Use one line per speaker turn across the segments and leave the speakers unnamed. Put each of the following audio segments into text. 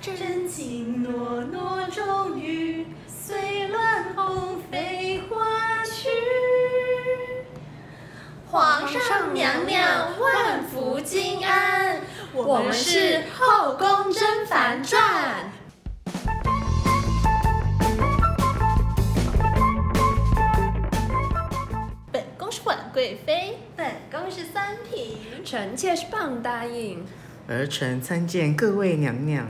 真情诺诺终于随乱红飞花去。皇上娘娘万福金安，我们是《后宫甄嬛传》。
本宫是婉贵妃，
本宫是三品，
臣妾是棒答应。哦
儿臣参见各位娘娘，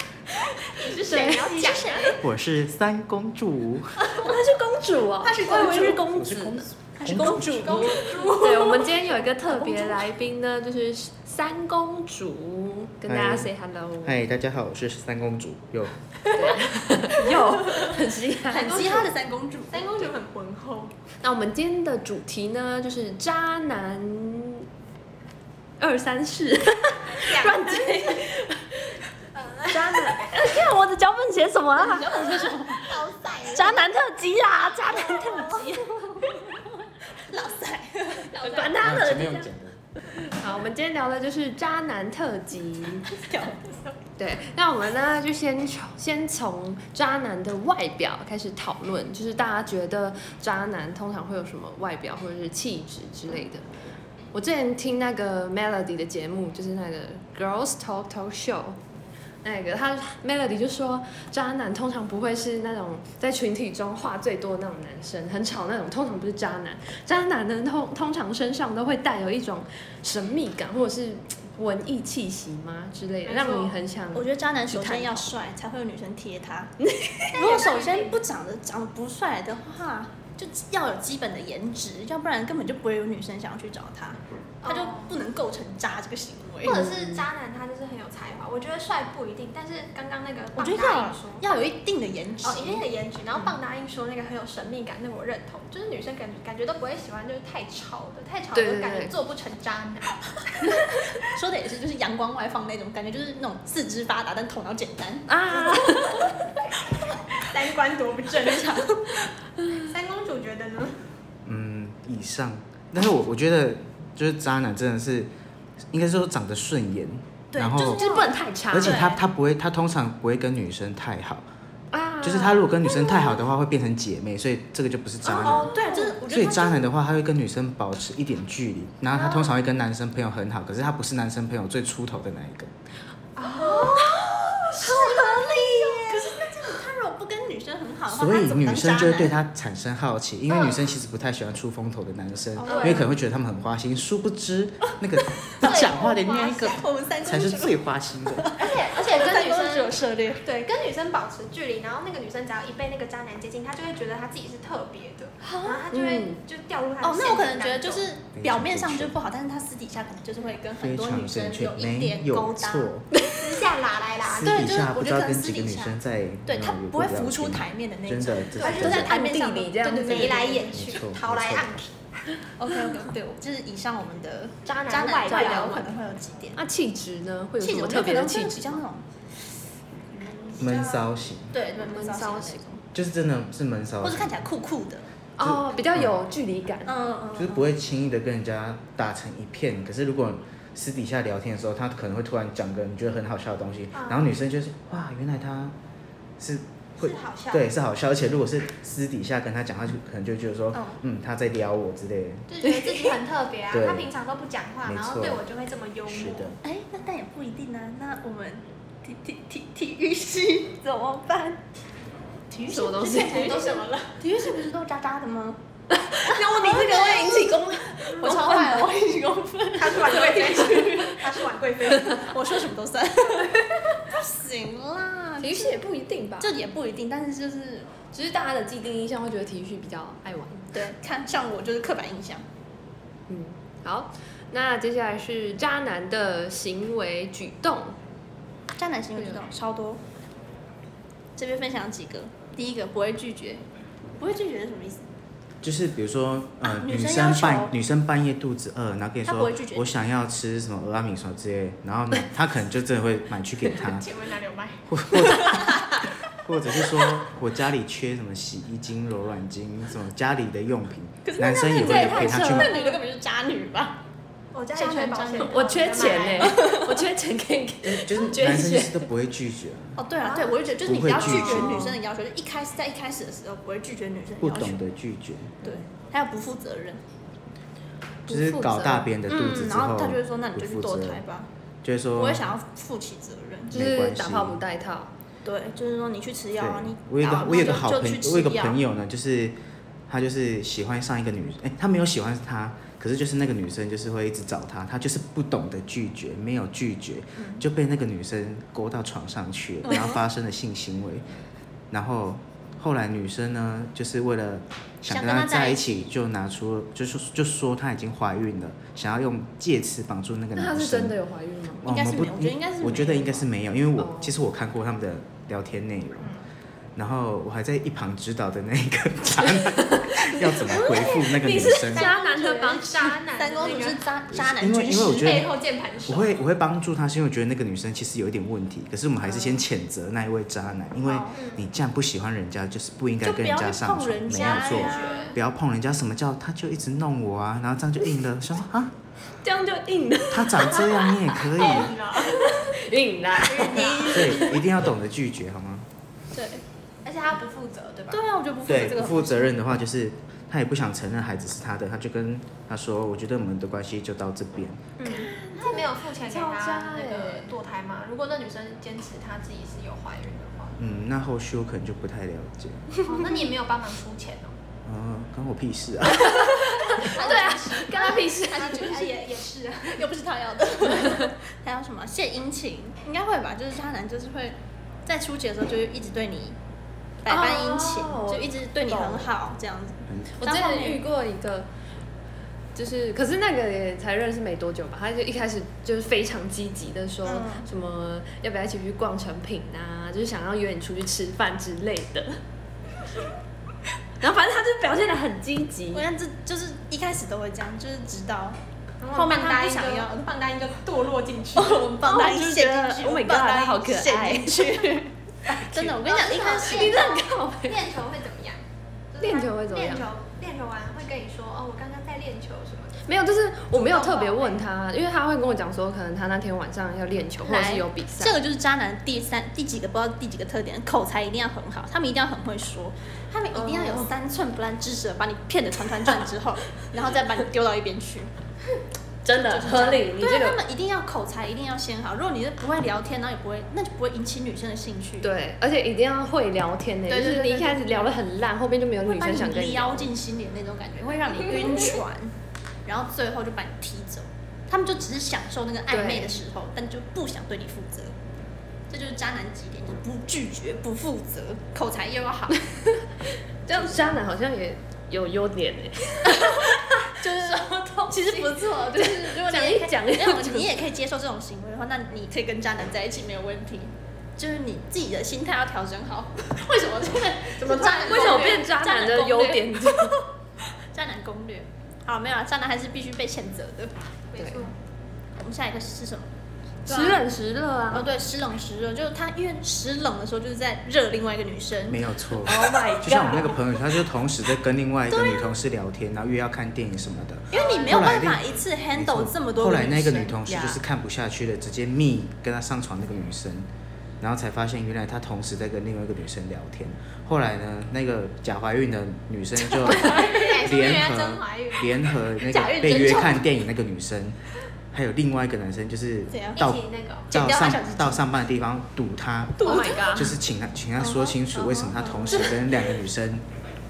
你是谁？你是 谁？
我是三公主，
她是公主哦，
她是公主
我以为是公子，她是公主。
公 主。
对，我们今天有一个特别来宾呢，就是三公主，跟大家
嗨
say hello。
嗨，大家好，我是三公主，有
有，很稀罕
很。嘻哈的三公主，
三公主很浑厚，
那我们今天的主题呢，就是渣男二三事，乱接。渣男，看我的脚本写什么啊？
老塞，
渣男特辑啦，渣男特辑，
老塞，
管他的。
啊面有讲的，
好，我们今天聊的就是渣男特辑。对，那我们呢就先从先从渣男的外表开始讨论，就是大家觉得渣男通常会有什么外表或者是气质之类的。我之前听那个 Melody 的节目，就是那个 Girls Talk Talk Show，那个他 Melody 就说，渣男通常不会是那种在群体中话最多的那种男生，很吵那种，通常不是渣男。渣男呢，通通常身上都会带有一种神秘感，或者是嘖文艺气息嘛之类的，
没错
让你很想。
我觉得渣男首先要帅，才会有女生贴 他。如果首先不长得长得不帅的话，就要有基本的颜值，要不然根本就不会有女生想要去找他，他就不能构成渣这个行为
或。者是渣男，他就是很有才华。我觉得帅不一定，但是刚刚那个
我
棒
觉得
答
要嗯
应说，
要有一定的颜值
哦，，一定的颜值。然后棒答应说那个很有神秘感，那个我认同，就是女生感觉感觉都不会喜欢，就是太吵的，太吵
对对
的
对
感觉做不成渣男。
说的也是就是阳光外放那种感觉，就是那种四肢发达但头脑简单，
啊，
三观多不正常。
三公主觉得呢？
嗯，以上。但是我我觉得就是渣男真的是，应该说长得顺眼，
对
然
就
后
就是不能太差。
而且
对
他他不会，他通常不会跟女生太好，
啊，
就是他如果跟女生太好的话会变成姐妹，所以这个就不是渣男。
哦
对啊，就是啊我觉
所以
得他
渣男的话，他会跟女生保持一点距离，然后他通常会跟男生朋友很好，可是他不是男生朋友最出头的那一个。
可是那这样 他如果不跟女生很好的话，
所
啊他
以
怎么
女
当
生
渣
就会
男
对他产生好奇，因
嗯
为女生其实不太喜欢出风头的男生，
哦
因
对
为可能会觉得他们很花心。殊不知， 那个不讲话的那一个
我们三公
才是
主，
最花心的。
而且而且跟女生。
涉猎。
对，跟女生保持距离，然后那个女生只要一被那个渣男接近，她就会觉得她自己是特别的，然后她就会、
嗯
就掉入他的
哦，那我可
陷阱
能觉得
当中
就是表面上就不好，但是他私底下可能就是会跟很
非
多
常
女
正
生
确，
一
没
点勾
有
搭啊
错。。
私下拉来拉
私
去。
对
底
就是
下不
我
知
觉得
道
可能
跟几
私
个
底
女
下
生在，
对他不会浮出，台面的那
真
种。
的，这
而
是
且
都
真的。
在台面上
暗地里这
对
样
对
子
对，
眉
对
来。眼
没
去
错，
桃来
没错
暗去。
OK OK，对，我就是以上我们的
渣
渣
男
男外表
表
可能会有几点
那气质呢，会有
气
什么
质，
特
我觉得可
别的
能
气
会
质
比较
吗？
那种
闷骚型，
对对
闷
闷
骚
骚
型
型
就是真的是闷
那种，
骚
或是
型，
看起来酷酷的。
哦，比较有距离感。
嗯
就是不会轻易的跟人家打成一片。可是如果私底下聊天的时候，他可能会突然讲个你觉得很好笑的东西，
嗯
然后女生就是哇，原来他是会
是好笑
对，是好笑。而且如果是私底下跟他讲，他就可能就觉得说
嗯，
嗯，他在撩我之类的。。
就觉得自己很特别啊
对
他平常都不讲话，
没错
然后对我就会这么幽默。
是的，
哎，那但也不一定啊。那我们体体体体育系怎么办？体育系
什么东西
之前都什么了？体育系不是都渣渣的吗？ 那我你这个会引起公， 我超坏了，我引起公愤。
他是晚贵 妃，他是晚贵妃。，
我说什么都算，不行啦。
体育系也不一定吧，
这也不一定，但是就是
只是大家的既定印象会觉得体育系比较爱玩。
对，看像我就是刻板印象。
嗯，好，那接下来是渣男的行为举动。
渣男行为举动超多，这边分享几个。第一个不会拒绝，不会拒绝是什么意思？
就是比如说，呃，
啊
女
女生要
生
求
半女生半夜肚子饿，然后跟你
她不
说
会拒绝
我想要吃什么鹅阿米什么之类的，然后呢，他可能就真的会买去给 他
请问哪里有卖？
或或者或者是说我家里缺什么洗衣精、柔软精，什么家里的用品，男生也会陪他去买。
那女的根本就是渣女吧？
我家里缺保险套，
我缺
欸
钱呢、 我缺钱可以。
就是就是
捐
男生
血
其实都不会拒绝啊，
哦，对啊，
啊
对，我就觉得就是你
不会
要
拒
拒绝
绝
女生的要求，就一开始在一开始的时候不会拒绝女生的
不
要求
懂，得拒绝，
对，还有不负责任，
就是
不负责
搞大别人的肚子之
嗯，然后他就会说那你
不
就去
负责
堕胎
任，
吧，
就是说
我也想要负起责任，
就
没
是
关系
打炮不带套，
对，就是说你去吃药啊，
对
你，
我有一
打
个我有一个
就
好
就
朋
去
友，我有一个
吃药
朋友呢，就是他就是喜欢上一个女，哎、他没有喜欢她，可是就是那个女生就是会一直找他，他就是不懂得拒绝，没有拒绝，
嗯
就被那个女生勾到床上去了，然后发生了性行为，然后后来女生呢，就是为了想
想
跟
跟
他
他在
在
一
一起，就拿出了就说就说她已经怀孕了，想要用借此绑住那个
那
男
她
生。
是真的有怀孕吗？
哦
应该是
我们
没
不
有我觉得应该是
我觉得
没有
应该是没有，因为我、
哦
其实我看过他们的聊天内容，然后我还在一旁指导的那个渣 男要怎么回复那个女生，
渣男的帮
渣男
三公主是渣渣男
因为
军
因为我
师
觉得
背后键盘手，
我会我会帮助她，是因为我觉得那个女生其实有一点问题，可是我们还是
哦
先谴责那一位渣男，因为
好
你这样不喜欢人家，就是不应该
就
跟
不要
家
去
上
碰
床，
人
没
家
有错。
呀，
不要碰人家，什么叫他就一直弄我啊？然后这样就硬了，想说啊，
这样就硬了，
他长这样你也 可以，
哦
硬啦。
对，一定要懂得拒绝好吗？
对，而且他不负责，对吧？
对啊，我就不负责
对，
这
不
个，
负责任的话，就是他也不想承认孩子是他的，他就跟他说：“我觉得我们的关系就到这边。
他没有付钱给
超渣
他那个
欸
堕胎吗？如果那女生坚持她自己是有怀孕的话”，
嗯，那后续我可能就不太了解。
哦那你也没有帮忙出钱哦。
哦，关我屁事 啊！
对啊，
跟他屁事。
他就是也也是啊，
又不是他要的。还有什么献殷勤，应该会吧？就是渣男就是会在初期的时候就一直对你百般殷勤，
哦
就一直对你很好这样子。
我之前遇过一个，就是可是那个也才认识没多久吧，他就一开始就是非常积极的说
嗯
什么要不要一起去逛成品啊，就是想要约你出去吃饭之类的。然后反正他就表现的很积极
我，看这就是一开始都会这样，就是直到
后面
面他
答
不
应
想要
就放答应就堕落进 去。
我们帮他
哦就是觉
陷
得
进去，
Oh my
我们帮
God，
他
他好可爱
陷进去。 真的，我跟你讲，一开始
你
你很靠背。
练球会怎么样？
练球会怎么样
练球练球完会跟你说哦，我刚刚在练球什么的。
没有，就是我没有特别问他，因为他会跟我讲说，可能他那天晚上要练球或者
来
是有比赛。
这个就是渣男第三第几个不知道第几个特点，口才一定要很好，他们一定要很会说，他们一定要
哦
有三寸不烂之舌，把你骗得团团转之 后，然后再把你丢到一边去。
真的合理，你
对
这
啊，他
个
们一定要口才一定要先好，如果你是不会聊天，然后也不会，那就不会引起女生的兴趣。，
对，而且一定要会聊天呢，就
对对对
是你一开始聊得很烂，后面就没有
会
女
把
生想跟
你
你聊
撩进心里的那种感觉，会让你晕船， 然后最后就把你踢走。他们就只是享受那个暧昧的时候，但就不想对你负责。这就是渣男几点，就是不拒绝、不负责，口才又要 好，
这样渣男好像也有优点欸呢。
就是其实不错，就是如果你
讲
也可
一
以
讲
没有你也可以接受这种行为的话，那你可以跟渣男在一起没有问题。就是你自己的心态要调整好。为什么这个 怎么渣男攻略？
为什么变渣男的优点？
渣男攻略？渣男攻略。好，没有啊，渣男还是必须被谴责的。
没错，
我们下一个是什么？
时冷时热
哦，
啊
对，时冷时热，就是他因为时冷的时候就是在热另外一个女生，
没有错。
！Oh my
就像我那个朋友，他就同时在跟另外一
啊
个女同事聊天，然后约要看电影什么的。
因为你没有办
后来
法
那
一次 handle 这么多
后
个
来那个女
生
同事
呀
就是看不下去了，直接密跟他上床那个女生，然后才发现原来他同时在跟另外一个女生聊天。后来呢，那个假怀孕的女生 就
哎
联
人家真
合
怀孕
联合那
假
个
孕真
被约
丑
看电影那个女生，还有另外一个男生，就是
怎样
到
一起那个哦
剪
到
掉他
上
小指甲
到上班的地方堵他，
，Oh my god！
就是请他请他说清楚为什么他同时跟两个女生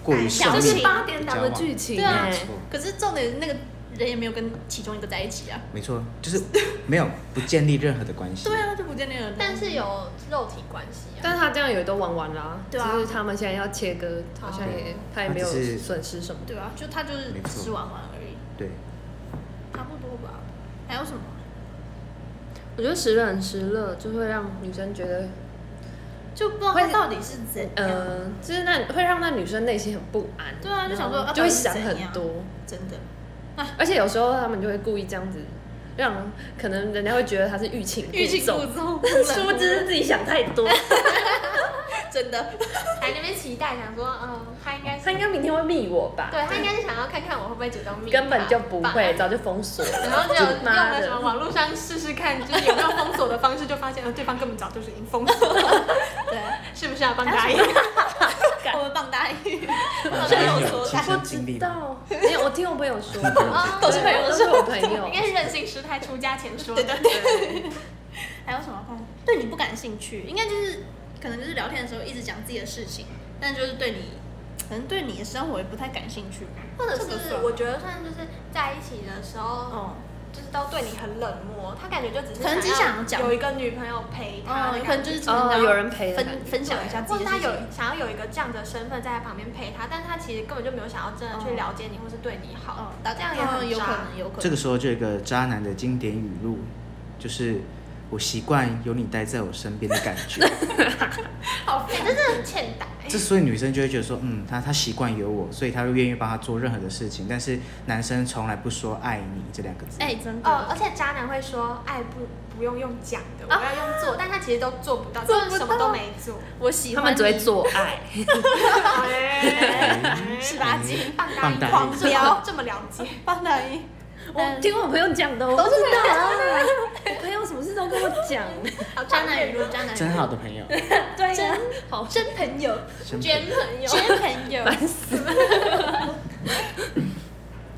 过于上
这
小指
是
甲
面。
八点档的剧情
对啊
哎
没错
可是重点是那个人也没有跟其中一个在一起啊。
没错，就是没有不建立任何的关系。
对啊，就不见那个人。
但是有肉体关系啊。
但是他这样也都玩完啦，
对啊
只是他们现在要切割，好像也他也没有
他只是
损失什么的。
对啊，就他就是
没
只
错
是玩玩而已，
对，
差不多吧。还有什么？
我觉得时冷时热就会让女生觉得，
就不知道
会
他到底是怎样。
呃，就是那会让那女生内心很不安。
对啊就想说
然后
啊
就会想
到底是怎
很
样
多，
真的，
而且有时候他们就会故意这样子，让可能人家会觉得他是欲擒
欲擒故
纵，
纵，
殊不知是自己想太多。
真的，
还在那边期待，想说，嗯，他应该是
他应该明天会密我吧？
对他应该是想要看看我会不会主动密他，
根本就不会，
吧。
早就封锁了。
然后就用
妈
了
的
什么网络上试试看，就是有没有封锁的方式，就发现呃对方根本早就是已经封锁了，
对，
是不是要帮答应？
我们棒答应，
我
真
有
有说
亲身经历
知
吗？
道，没有，我听我朋友说，
啊
都是朋友
都是
说
我朋友
应。该是任性师太出家前说的。
还有什么话？对你不感兴趣，应该就是可能就是聊天的时候一直讲自己的事情，但就是对你，可能对你的生活也不太感兴趣吧。
或者
这个
是
算
我觉得算就是在一起的时候，
哦，
就是都对你很冷漠，他感觉就只是
可能只想讲
有一个女朋友陪他
哦，
的
有可能
感觉，
就是只能
哦，
想
有
要
人陪的感
分
觉。
分享一下自
或
己
者
的
他
事
有
情。
想要有一个这样的身份在旁边陪他，但是他其实根本就没有想要真的去了解你或是对你好，
哦，打
这样也很
有可
渣
能，有可能。
这个时候就有一个渣男的经典语录，就是我习惯有你待在我身边的感觉。
好烦，哦哎真的很欠打。哎
这所以女生就会觉得说，嗯，他他习惯有我，所以他会愿意帮他做任何的事情。但是男生从来不说爱你这两个字。
哎、真的，
哦，而且渣男会说爱不不用用讲的，我要用做，但他其实都做不到，
哦做
就
不
是
到
什么都没 做。
我喜
他
欢
们只会
你
做爱，
哎十八
哎
禁，
棒
大
打
一
一
狂飙，这么了 解，
棒答应。
我
嗯
听我朋友讲的，我不知道啊。我朋友什么事都跟我 讲，
好
渣男 语录，渣男语
真
录，
好的朋友，
对
真
呀，
好，真朋友，
真的
捐朋友，
真朋友，
烦死了。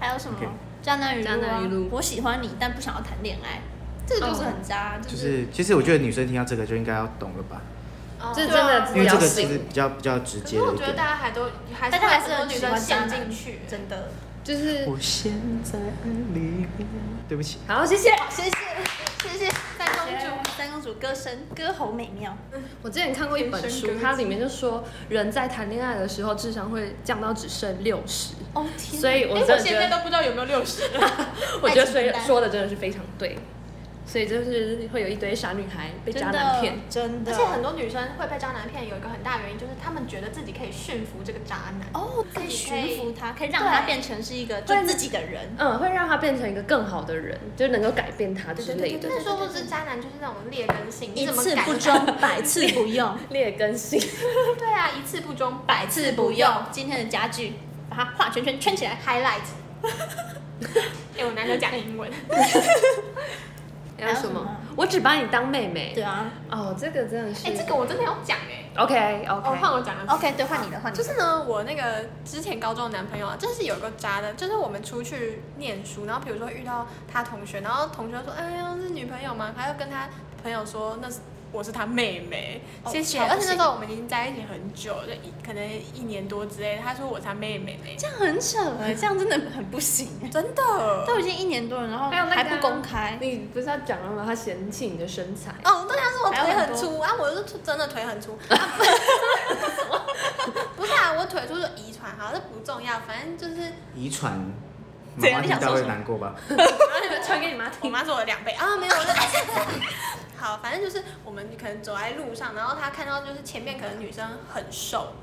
还有什么
OK
渣男语录啊？
渣男语录
我喜欢你，但不想要谈恋爱，这个就是很
哦
渣，
就
就是
是其实我觉得女生听到这个就应该要懂了吧，
哦
这真
对啊
的
因为
比
这
较
个
信
其实比较比较直
可
接
是我
一
觉得
点。
大家还都还是
大家还是
很多女生
很喜
陷
欢渣
进
男
去，
真的。
就是
我现在爱里面，对不起，
好，谢谢。
谢谢，谢谢三公
谢
主，三公主歌声歌喉美妙，
我之前看过一本书
天生歌，姬
它里面就说，人在谈恋爱的时候智商会降到只剩六十。
哦天，
所以我
哎，我
真的觉
现在
得，
都不知道有没有六十，
我觉得
爱情
说
单
说的真的是非常对，所以就是会有一堆傻女孩被
真
渣男
的
骗。
真的，
而且很多女生会被渣男骗，有一个很大原因就是她们觉得自己可以驯服这个渣男。
哦，可以驯服他，可以让他变成是一个就自己的人，
嗯，会让他变成一个更好的人，就能够改变他之类的
但。是说不知渣男就是那种劣根性，你
一
怎么
次
改
不
得
忠，百次不用，
劣根性，
对啊，一次不忠，
百次不用。今天的家具，把它画圈圈圈起来。
highlight。哎、我难得讲英 文，
还有什
还有什
么
么？
我只把你当妹妹
对。啊
哦，这个真的是。
哎、这个我真的要讲哎、
OK
哦，换
OK。
我讲了。
，OK，对，换你的，换你
就
的。
是呢，我那个之前高中的男朋友啊，真是有个渣的，就是我们出去念书，然后比如说遇到他同学，然后同学说，哎呀是女朋友吗？他就跟他朋友说，那是我是他妹妹，
哦
谢谢。
超不
而且那时候我们已经在一起很久，就一可能一年多之类的，他说我是他妹妹呢，
这样很扯哎，这样真的很不行 哎。
真的。
都已经一年多了，然后
还有那个啊
还不公开，
你不是要讲了吗？他嫌弃你的身材。
哦，对啊，是我腿
还有
很
很
粗啊，我是粗真的腿很 粗。啊、不是啊，我腿粗是遗传，好，这不重要，反正就是
遗传，
怎
妈
样
妈
你
听
想
到
说
会
什么
难过吧？
传给你妈
我
听。
妈说我的两倍啊，没有。我的 好，反正就是我们可能走在路上，然后她看到就是前面可能女生很瘦，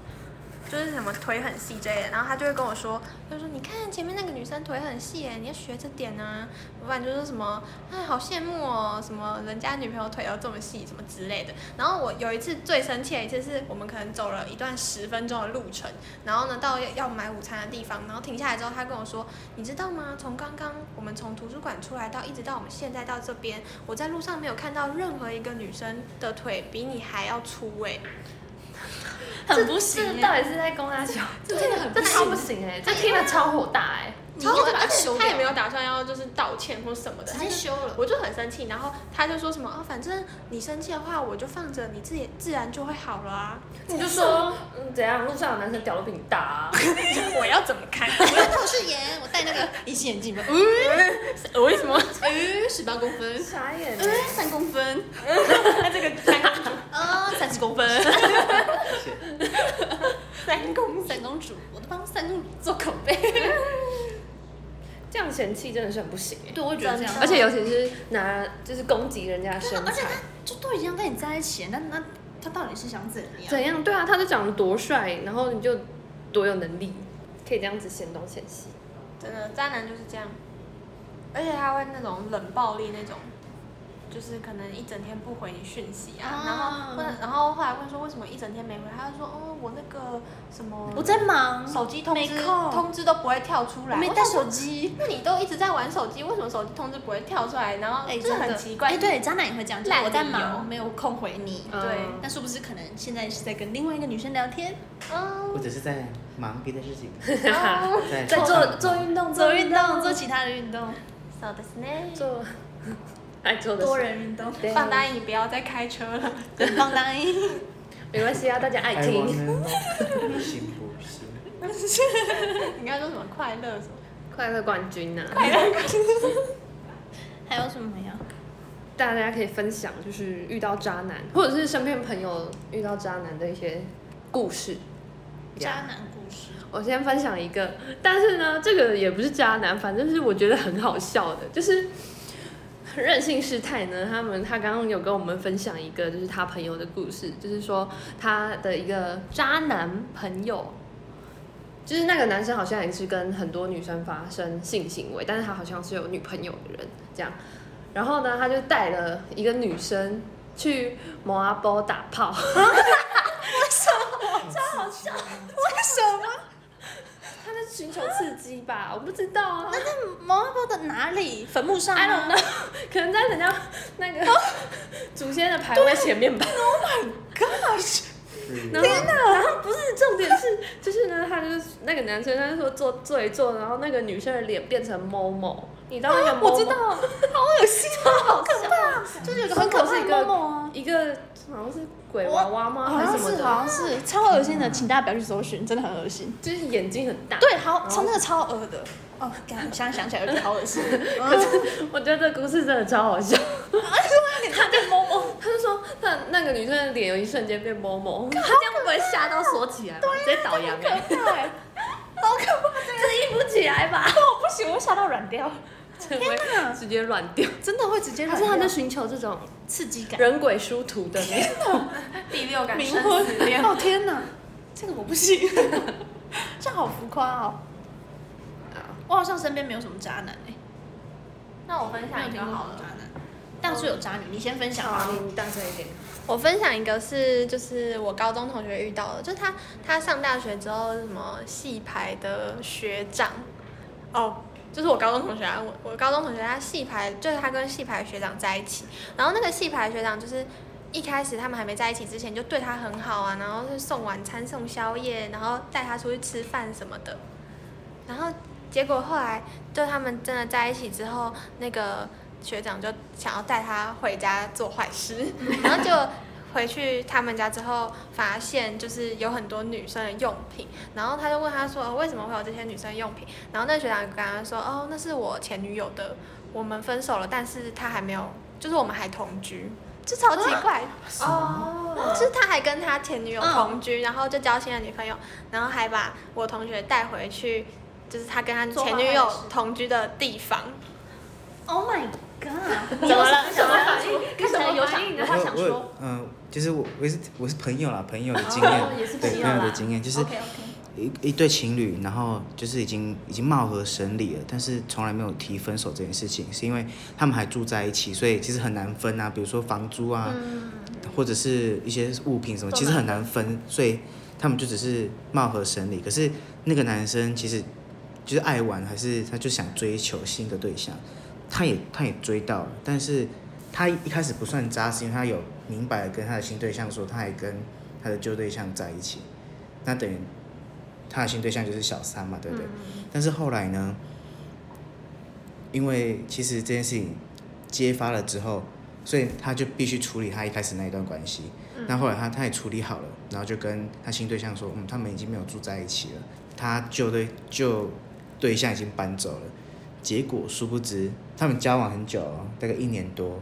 就是什么腿很细之类的，然后她就会跟我说，她就说你看前面那个女生腿很细耶，你要学着点啊，不然就是什么哎好羡慕哦，什么人家女朋友腿都这么细什么之类的。然后我有一次最生气的一次是我们可能走了一段十分钟的路程，然后呢到要要买午餐的地方，然后停下来之后，她跟我说你知道吗？从刚刚我们从图书馆出来到一直到我们现在到这边，我在路上没有看到任何一个女生的腿比你还要粗哎、
很不行
这
哎。
到底是在公阿小？
这真的很
这超不行哎，这听了超火大哎。
你
超
就
恶
把它
心
修
而且他也
掉
没有打算要就是道歉或什么的，
直
他
接
就
修了。
我就很生气，然后他就说什么哦，反正你生气的话，我就放着，你自己自然就会好了啊。
你就说，嗯，怎样？路上有男生屌都比你大、啊，
我要怎么看？
我要透视眼，我戴那个隐形眼镜 吧。
我为什么？
呃，十八公分，
傻眼欸
呃，三公 分，
他这个三公主，
啊，三十公分，
三公主
三公主，我都帮三公主做口碑。
这样嫌弃真的是很不行哎。
对，我也觉得这样，
而且尤其是拿就是攻击人家的身
而且
材，
他就都已经跟你在一起了，那那他到底是想怎样？
怎样？对啊，他就长得多帅，然后你就多有能力，可以这样子嫌东嫌西。
真的渣男就是这样，而且他会那种冷暴力那种，就是可能一整天不回你讯息啊，
哦
然后或者然后后来问说为什么一整天没回，他就说哦我那个什么
我在忙，
手机通知
没空
通知都不会跳出来，
没
我
带
想说
手机。
那你都一直在玩手机，为什么手机通知不会跳出来？然后就是很奇怪。
哎，对，渣男也会讲，就是
烂
我在
理由
忙，没有空回你。
对
那是不是可能现在是在跟另外一个女生聊天？
嗯，
我 只是在忙别的事情，
哦
在
在做做运动，
做运动，做其他的运动，
そうですね。
做爱做的
多
事，
人运动，
对啊
放大你不要再开车了。
放单一。
没关系啊，大家爱
爱玩
听。
呢，行不行？
你刚才说什么快乐什么？
快乐冠军啊呐、
还有什么呀？
大家可以分享，就是遇到渣男，或者是身边朋友遇到渣男的一些故事。
渣男故事，
我先分享一个，但是呢，这个也不是渣男，反正是我觉得很好笑的，就是任性师太呢，他们他刚刚有跟我们分享一个，就是他朋友的故事，就是说他的一个渣男朋友。就是那个男生好像也是跟很多女生发生性行为，但是他好像是有女朋友的人这样。然后呢，他就带了一个女生去摩阿波打炮， 他在寻求刺激吧？我不知道啊。
毛毛的哪里？坟墓上啊
I
吗
don't know，可能在人家那个
哦
祖先的牌位前面吧。
啊
是
然后，然后不是重点是，就是呢，他就是那个男生，他就说坐坐一坐，然后那个女生的脸变成某某，你知道那个某某？
啊我知道，好恶心啊， 好可怕，就是有个很可怕
是一
的
个
某某啊。
一个好像是鬼娃娃吗？
好
还
像
什么
是，啊
的？
好像是超恶心的，请大家不要去搜寻，真的很恶心。
就是眼睛很大。
对，好，超那个超恶的。哦，感觉想想起来就觉得好恶 心。可是
我觉得这个故事真的超好笑。
他变某某，
他就说，那那个女生的脸有一瞬间变某某，他这样不会吓到缩起来吗？直接倒
好
羊
可
哎，
怕欸，好可怕！哦
硬不起来吧？
不行，我会吓到软掉，
这会直接软掉。
真的会直接
可
软
是
掉。
他在寻求这种
刺激感，
人鬼殊途的那种，
第六感
冥
生死
婚。
恋。
哦天哪，这个我不行，这好浮夸哦。我好像身边没有什么渣男哎、
那我分
没有
享一
听
个
过什
好
么
了
渣。男，但是有渣女，你先分享吧
好，。你大声一点。
我分享一个是，就是我高中同学遇到的，就是他他上大学之后什么系排的学长，哦，就是我高中同学啊，我我高中同学他系排就是他跟系排学长在一起，然后那个系排学长就是一开始他们还没在一起之前就对他很好啊，然后是送晚餐送宵夜，然后带他出去吃饭什么的，然后结果后来就他们真的在一起之后，那个学长就想要带他回家做坏事，然后就回去他们家之后，发现就是有很多女生的用品，然后他就问他说、哦为什么会有这些女生用品，然后那学长跟他说哦那是我前女友的，我们分手了，但是他还没有，就是我们还同居，这超奇怪，
啊
哦，
就是他还跟他前女友同居，然后就交新的女朋友，然后还把我同学带回去，就是他跟他前女友同居的地方。
Oh my god！
怎么了？
什
什
么
么
反
反
应
应？
看起来有想有话想
我有我有
说。
嗯、就是我我是我是朋友啦，朋友的经验，
哦也是朋
对
友
朋友的
啦
经验，就是
OK OK，
一一对情侣，然后就是已经已经貌合神离了，但是从来没有提分手这件事情，是因为他们还住在一起，所以其实很难分啊，比如说房租啊，或者是一些物品什么，其实很难分，所以他们就只是貌合神离。可是那个男生其实就是爱玩，还是他就想追求新的对象，他也他也追到了，但是他一开始不算渣，是因为他有明白地跟他的新对象说，他还跟他的旧对象在一起，那等于他的新对象就是小三嘛，对不对？但是后来呢，因为其实这件事情揭发了之后，所以他就必须处理他一开始那一段关系。那后来他他也处理好了，然后就跟他新对象说，嗯，他们已经没有住在一起了，他旧对旧对象已经搬走了。结果殊不知，他们交往很久哦、大概一年多。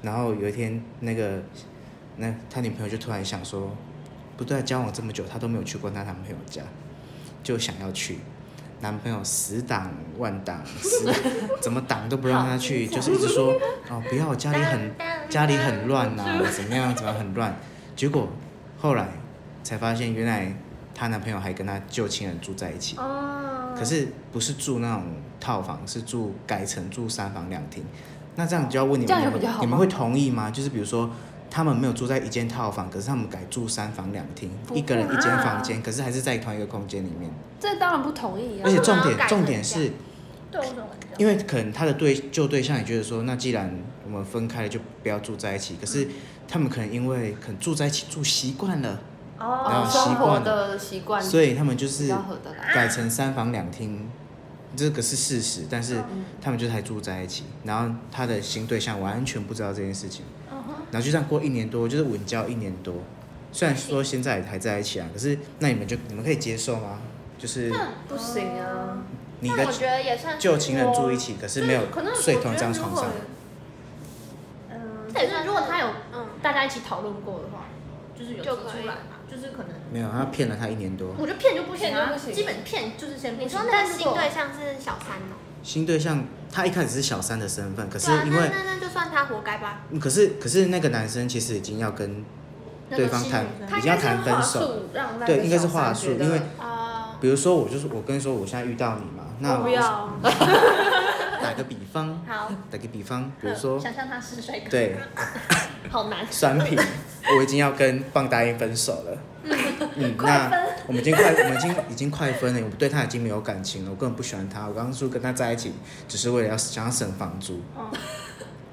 然后有一天，那个那他女朋友就突然想说，不对啊，交往这么久，他都没有去过他男朋友家，就想要去。男朋友死挡万挡，死怎么挡都不让他去，就是一直说哦不要，我家里很家里很乱呐、啊怎么样怎么样很乱。结果后来才发现，原来她男朋友还跟她旧情人住在一起。
哦
可是不是住那种套房，是住改成住三房两厅。那这样就要问你
这样
们，
有
你
比较
们
好
你们
吗
会同意吗？就是比如说，他们没有住在一间套房，可是他们改住三房两厅，
啊
一个人一间房间，可是还是在同一个空间里面。
这当然不同意啊
而。且重
为什么要改成
点重点是
对我怎么知道
因为可能他的对旧对象也觉得说，那既然我们分开了，就不要住在一起。可
嗯
是他们可能因为可能住在一起住习惯了，然
哦
后，习
生活
惯
的习惯
所以他们就
比
是
较合得来。
改成三房两厅，这个是事实。但是
嗯
他们就还住在一起，然后他的新对象完全不知道这件事情，
嗯
然后就这样过一年多，就是稳交一年多。虽然说现在还在一起啊，可是那你们就你们可以接受吗？就是
不行啊，
你
但
的
我觉得也算是
旧情人住一
起，
起，可是没有
可能我
睡同一
觉
张
得如
床
果
上。
嗯，
对，就是如果他有
嗯
大家一起讨论过的话，就是有
就
提
可
出
以
来嘛，就是可能
没有，他骗了他一年多。
我觉得骗就不行
骗就
啊
不，行
基本骗就是先不行。
你说那
但
个
如
新
果
对象是小三哦，
新对象他一开始是小三的身份，可是
对啊，
因
那
为，
那那就算他活该吧。
嗯可是可是那个男生其实已经要跟，
那个
对方
新
谈
女生
他
已
应
经要
该是
谈分
话
手
术让那
对
个
应该是
小三
话术
觉得
因为
哦，
比如说我就是我跟你说我现在遇到你嘛，那
不
我
要
打个比方，
好，
打个比
嗯
方，比如说
想象他是帅哥，
对哦
好难。
酸品，我已经要跟棒答应分手 了。嗯，那我们已经快，我们已经已经快分了，我对他已经没有感情了，我根本不喜欢他。我刚说跟他在一起，只是为了要想要省房租，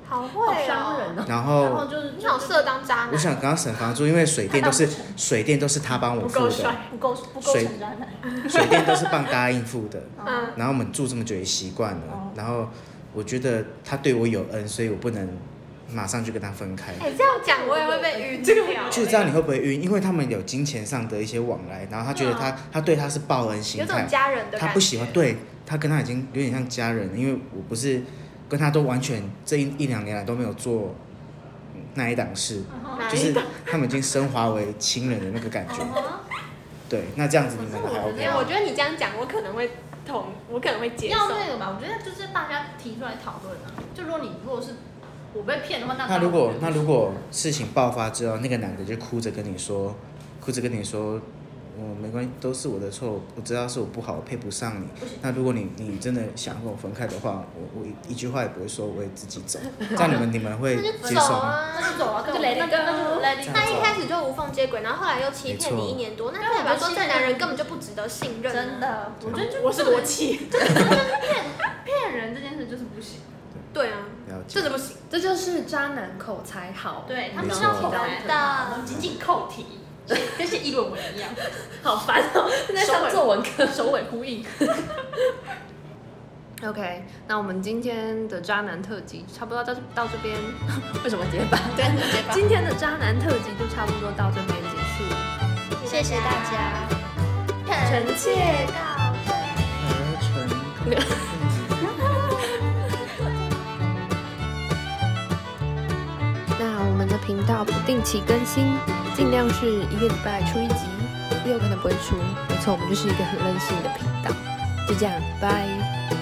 好
好
会
伤
哦，
人哦。
然
然后
后
就是
你好适合当渣
我
男。
想跟他省房租，因为水电都是水电都是他帮我付的，
不够不够
水
成渣男。
水电都是棒答应付的。
嗯，
然后我们住这么久也习惯
哦
了，然后我觉得他对我有恩，所以我不能马上就跟他分开。
哎，这样讲我也会被晕掉。
就知道你会不会晕，因为他们有金钱上的一些往来，然后他觉得他他对他是报恩心
嗯有
态
种，家人的感觉。
他不喜欢，对他跟他已经有点像家人了，因为我不是跟他都完全这一一两年来都没有做嗯那一档事，
哪
就
一
是
档
他们已经升华为亲人的那个感觉。对，那这样子你们还 OK
没有，我
吗？
觉得你这样讲，我可能会同，我可能会接
要
受。
那个吧，我觉得就是大家提出来讨论啊。就如果你如果是我被骗的话，那
那如果那如果事情爆发之后，那个男的就哭着跟你说，哭着跟你说，我没关系，都是我的错，我知道是我不好，我配不上你。那如果你你真的想跟我分开的话，我我一一句话也不会说，我会自己走。这样你们你们会
那就
接
走
受吗？
啊！
那就走啊，
就
跟我
let it
那那就 let
这
it go
样
那一开始就无缝接轨，然后后来又欺骗
没
你
错
一年多，那
那我
代表说
不信
这男人根本就不值得信任。啊
真，的，我觉得就
我是国企。
骗人这件事就是不行。
对啊，
了解
真。的不行。
这就是渣男口才好，
对他
没
们
错
要口来
真的
我们仅仅扣题，跟写议论文 一样，
好烦 哦，正在上作文课。
首尾呼应。
OK，那我们今天的渣男特辑差不多到这到这边， 为什么结巴？
对，你接吧。
今天的渣男特辑就差不多到这边结束。
谢谢大家，
臣妾
告退。
儿唇。
那我们的频道不定期更新，尽量是一个礼拜出一集，也有可能不会出。没错，我们就是一个很任性的频道。就这样，拜。